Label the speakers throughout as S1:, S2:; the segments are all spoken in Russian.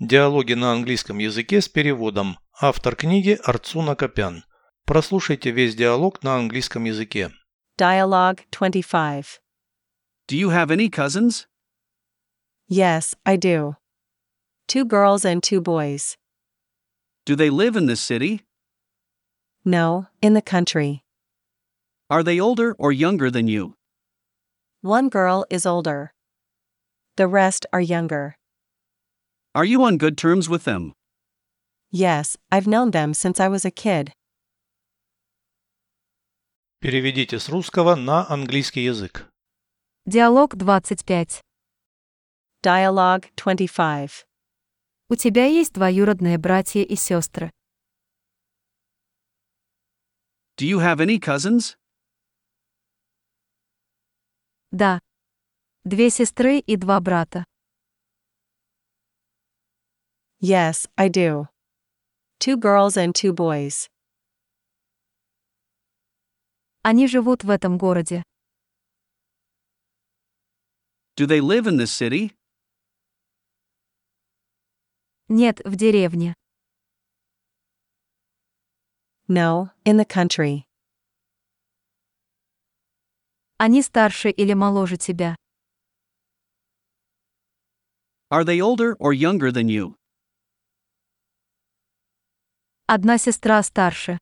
S1: Диалоги на английском языке с переводом. Автор книги Арцуна Копян. Прослушайте весь диалог на английском языке.
S2: Dialogue 25.
S3: Do you have any cousins?
S2: Yes, I do. Two girls and two boys.
S3: Do they live in this city?
S2: No, in the country.
S3: Are they older or younger than you?
S2: One girl is older. The rest are younger.
S3: Are you on good terms with them?
S2: Yes, I've known them since I was a kid.
S1: Переведите с русского на английский язык.
S4: Диалог 25.
S2: Dialogue 25.
S4: У тебя есть двоюродные братья и сестры.
S3: Do you have any cousins?
S4: Да. Две сестры и два брата.
S2: Yes, I do. Two girls and two boys.
S4: Они живут в этом городе.
S3: Do they live in this city?
S4: Нет, в деревне.
S2: No, in the country.
S4: Они старше или моложе тебя.
S3: Are they older or younger than you?
S4: Одна сестра старше.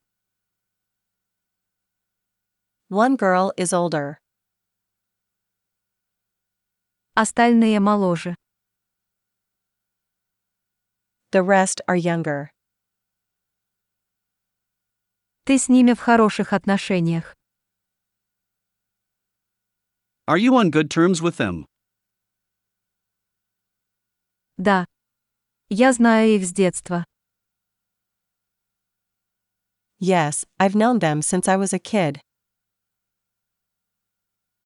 S2: One girl is older.
S4: Остальные моложе.
S2: The rest are younger.
S4: Ты с ними в хороших отношениях.
S3: Are you on good terms with them?
S4: Да. Я знаю их с детства.
S2: Yes, I've known them since I was a kid.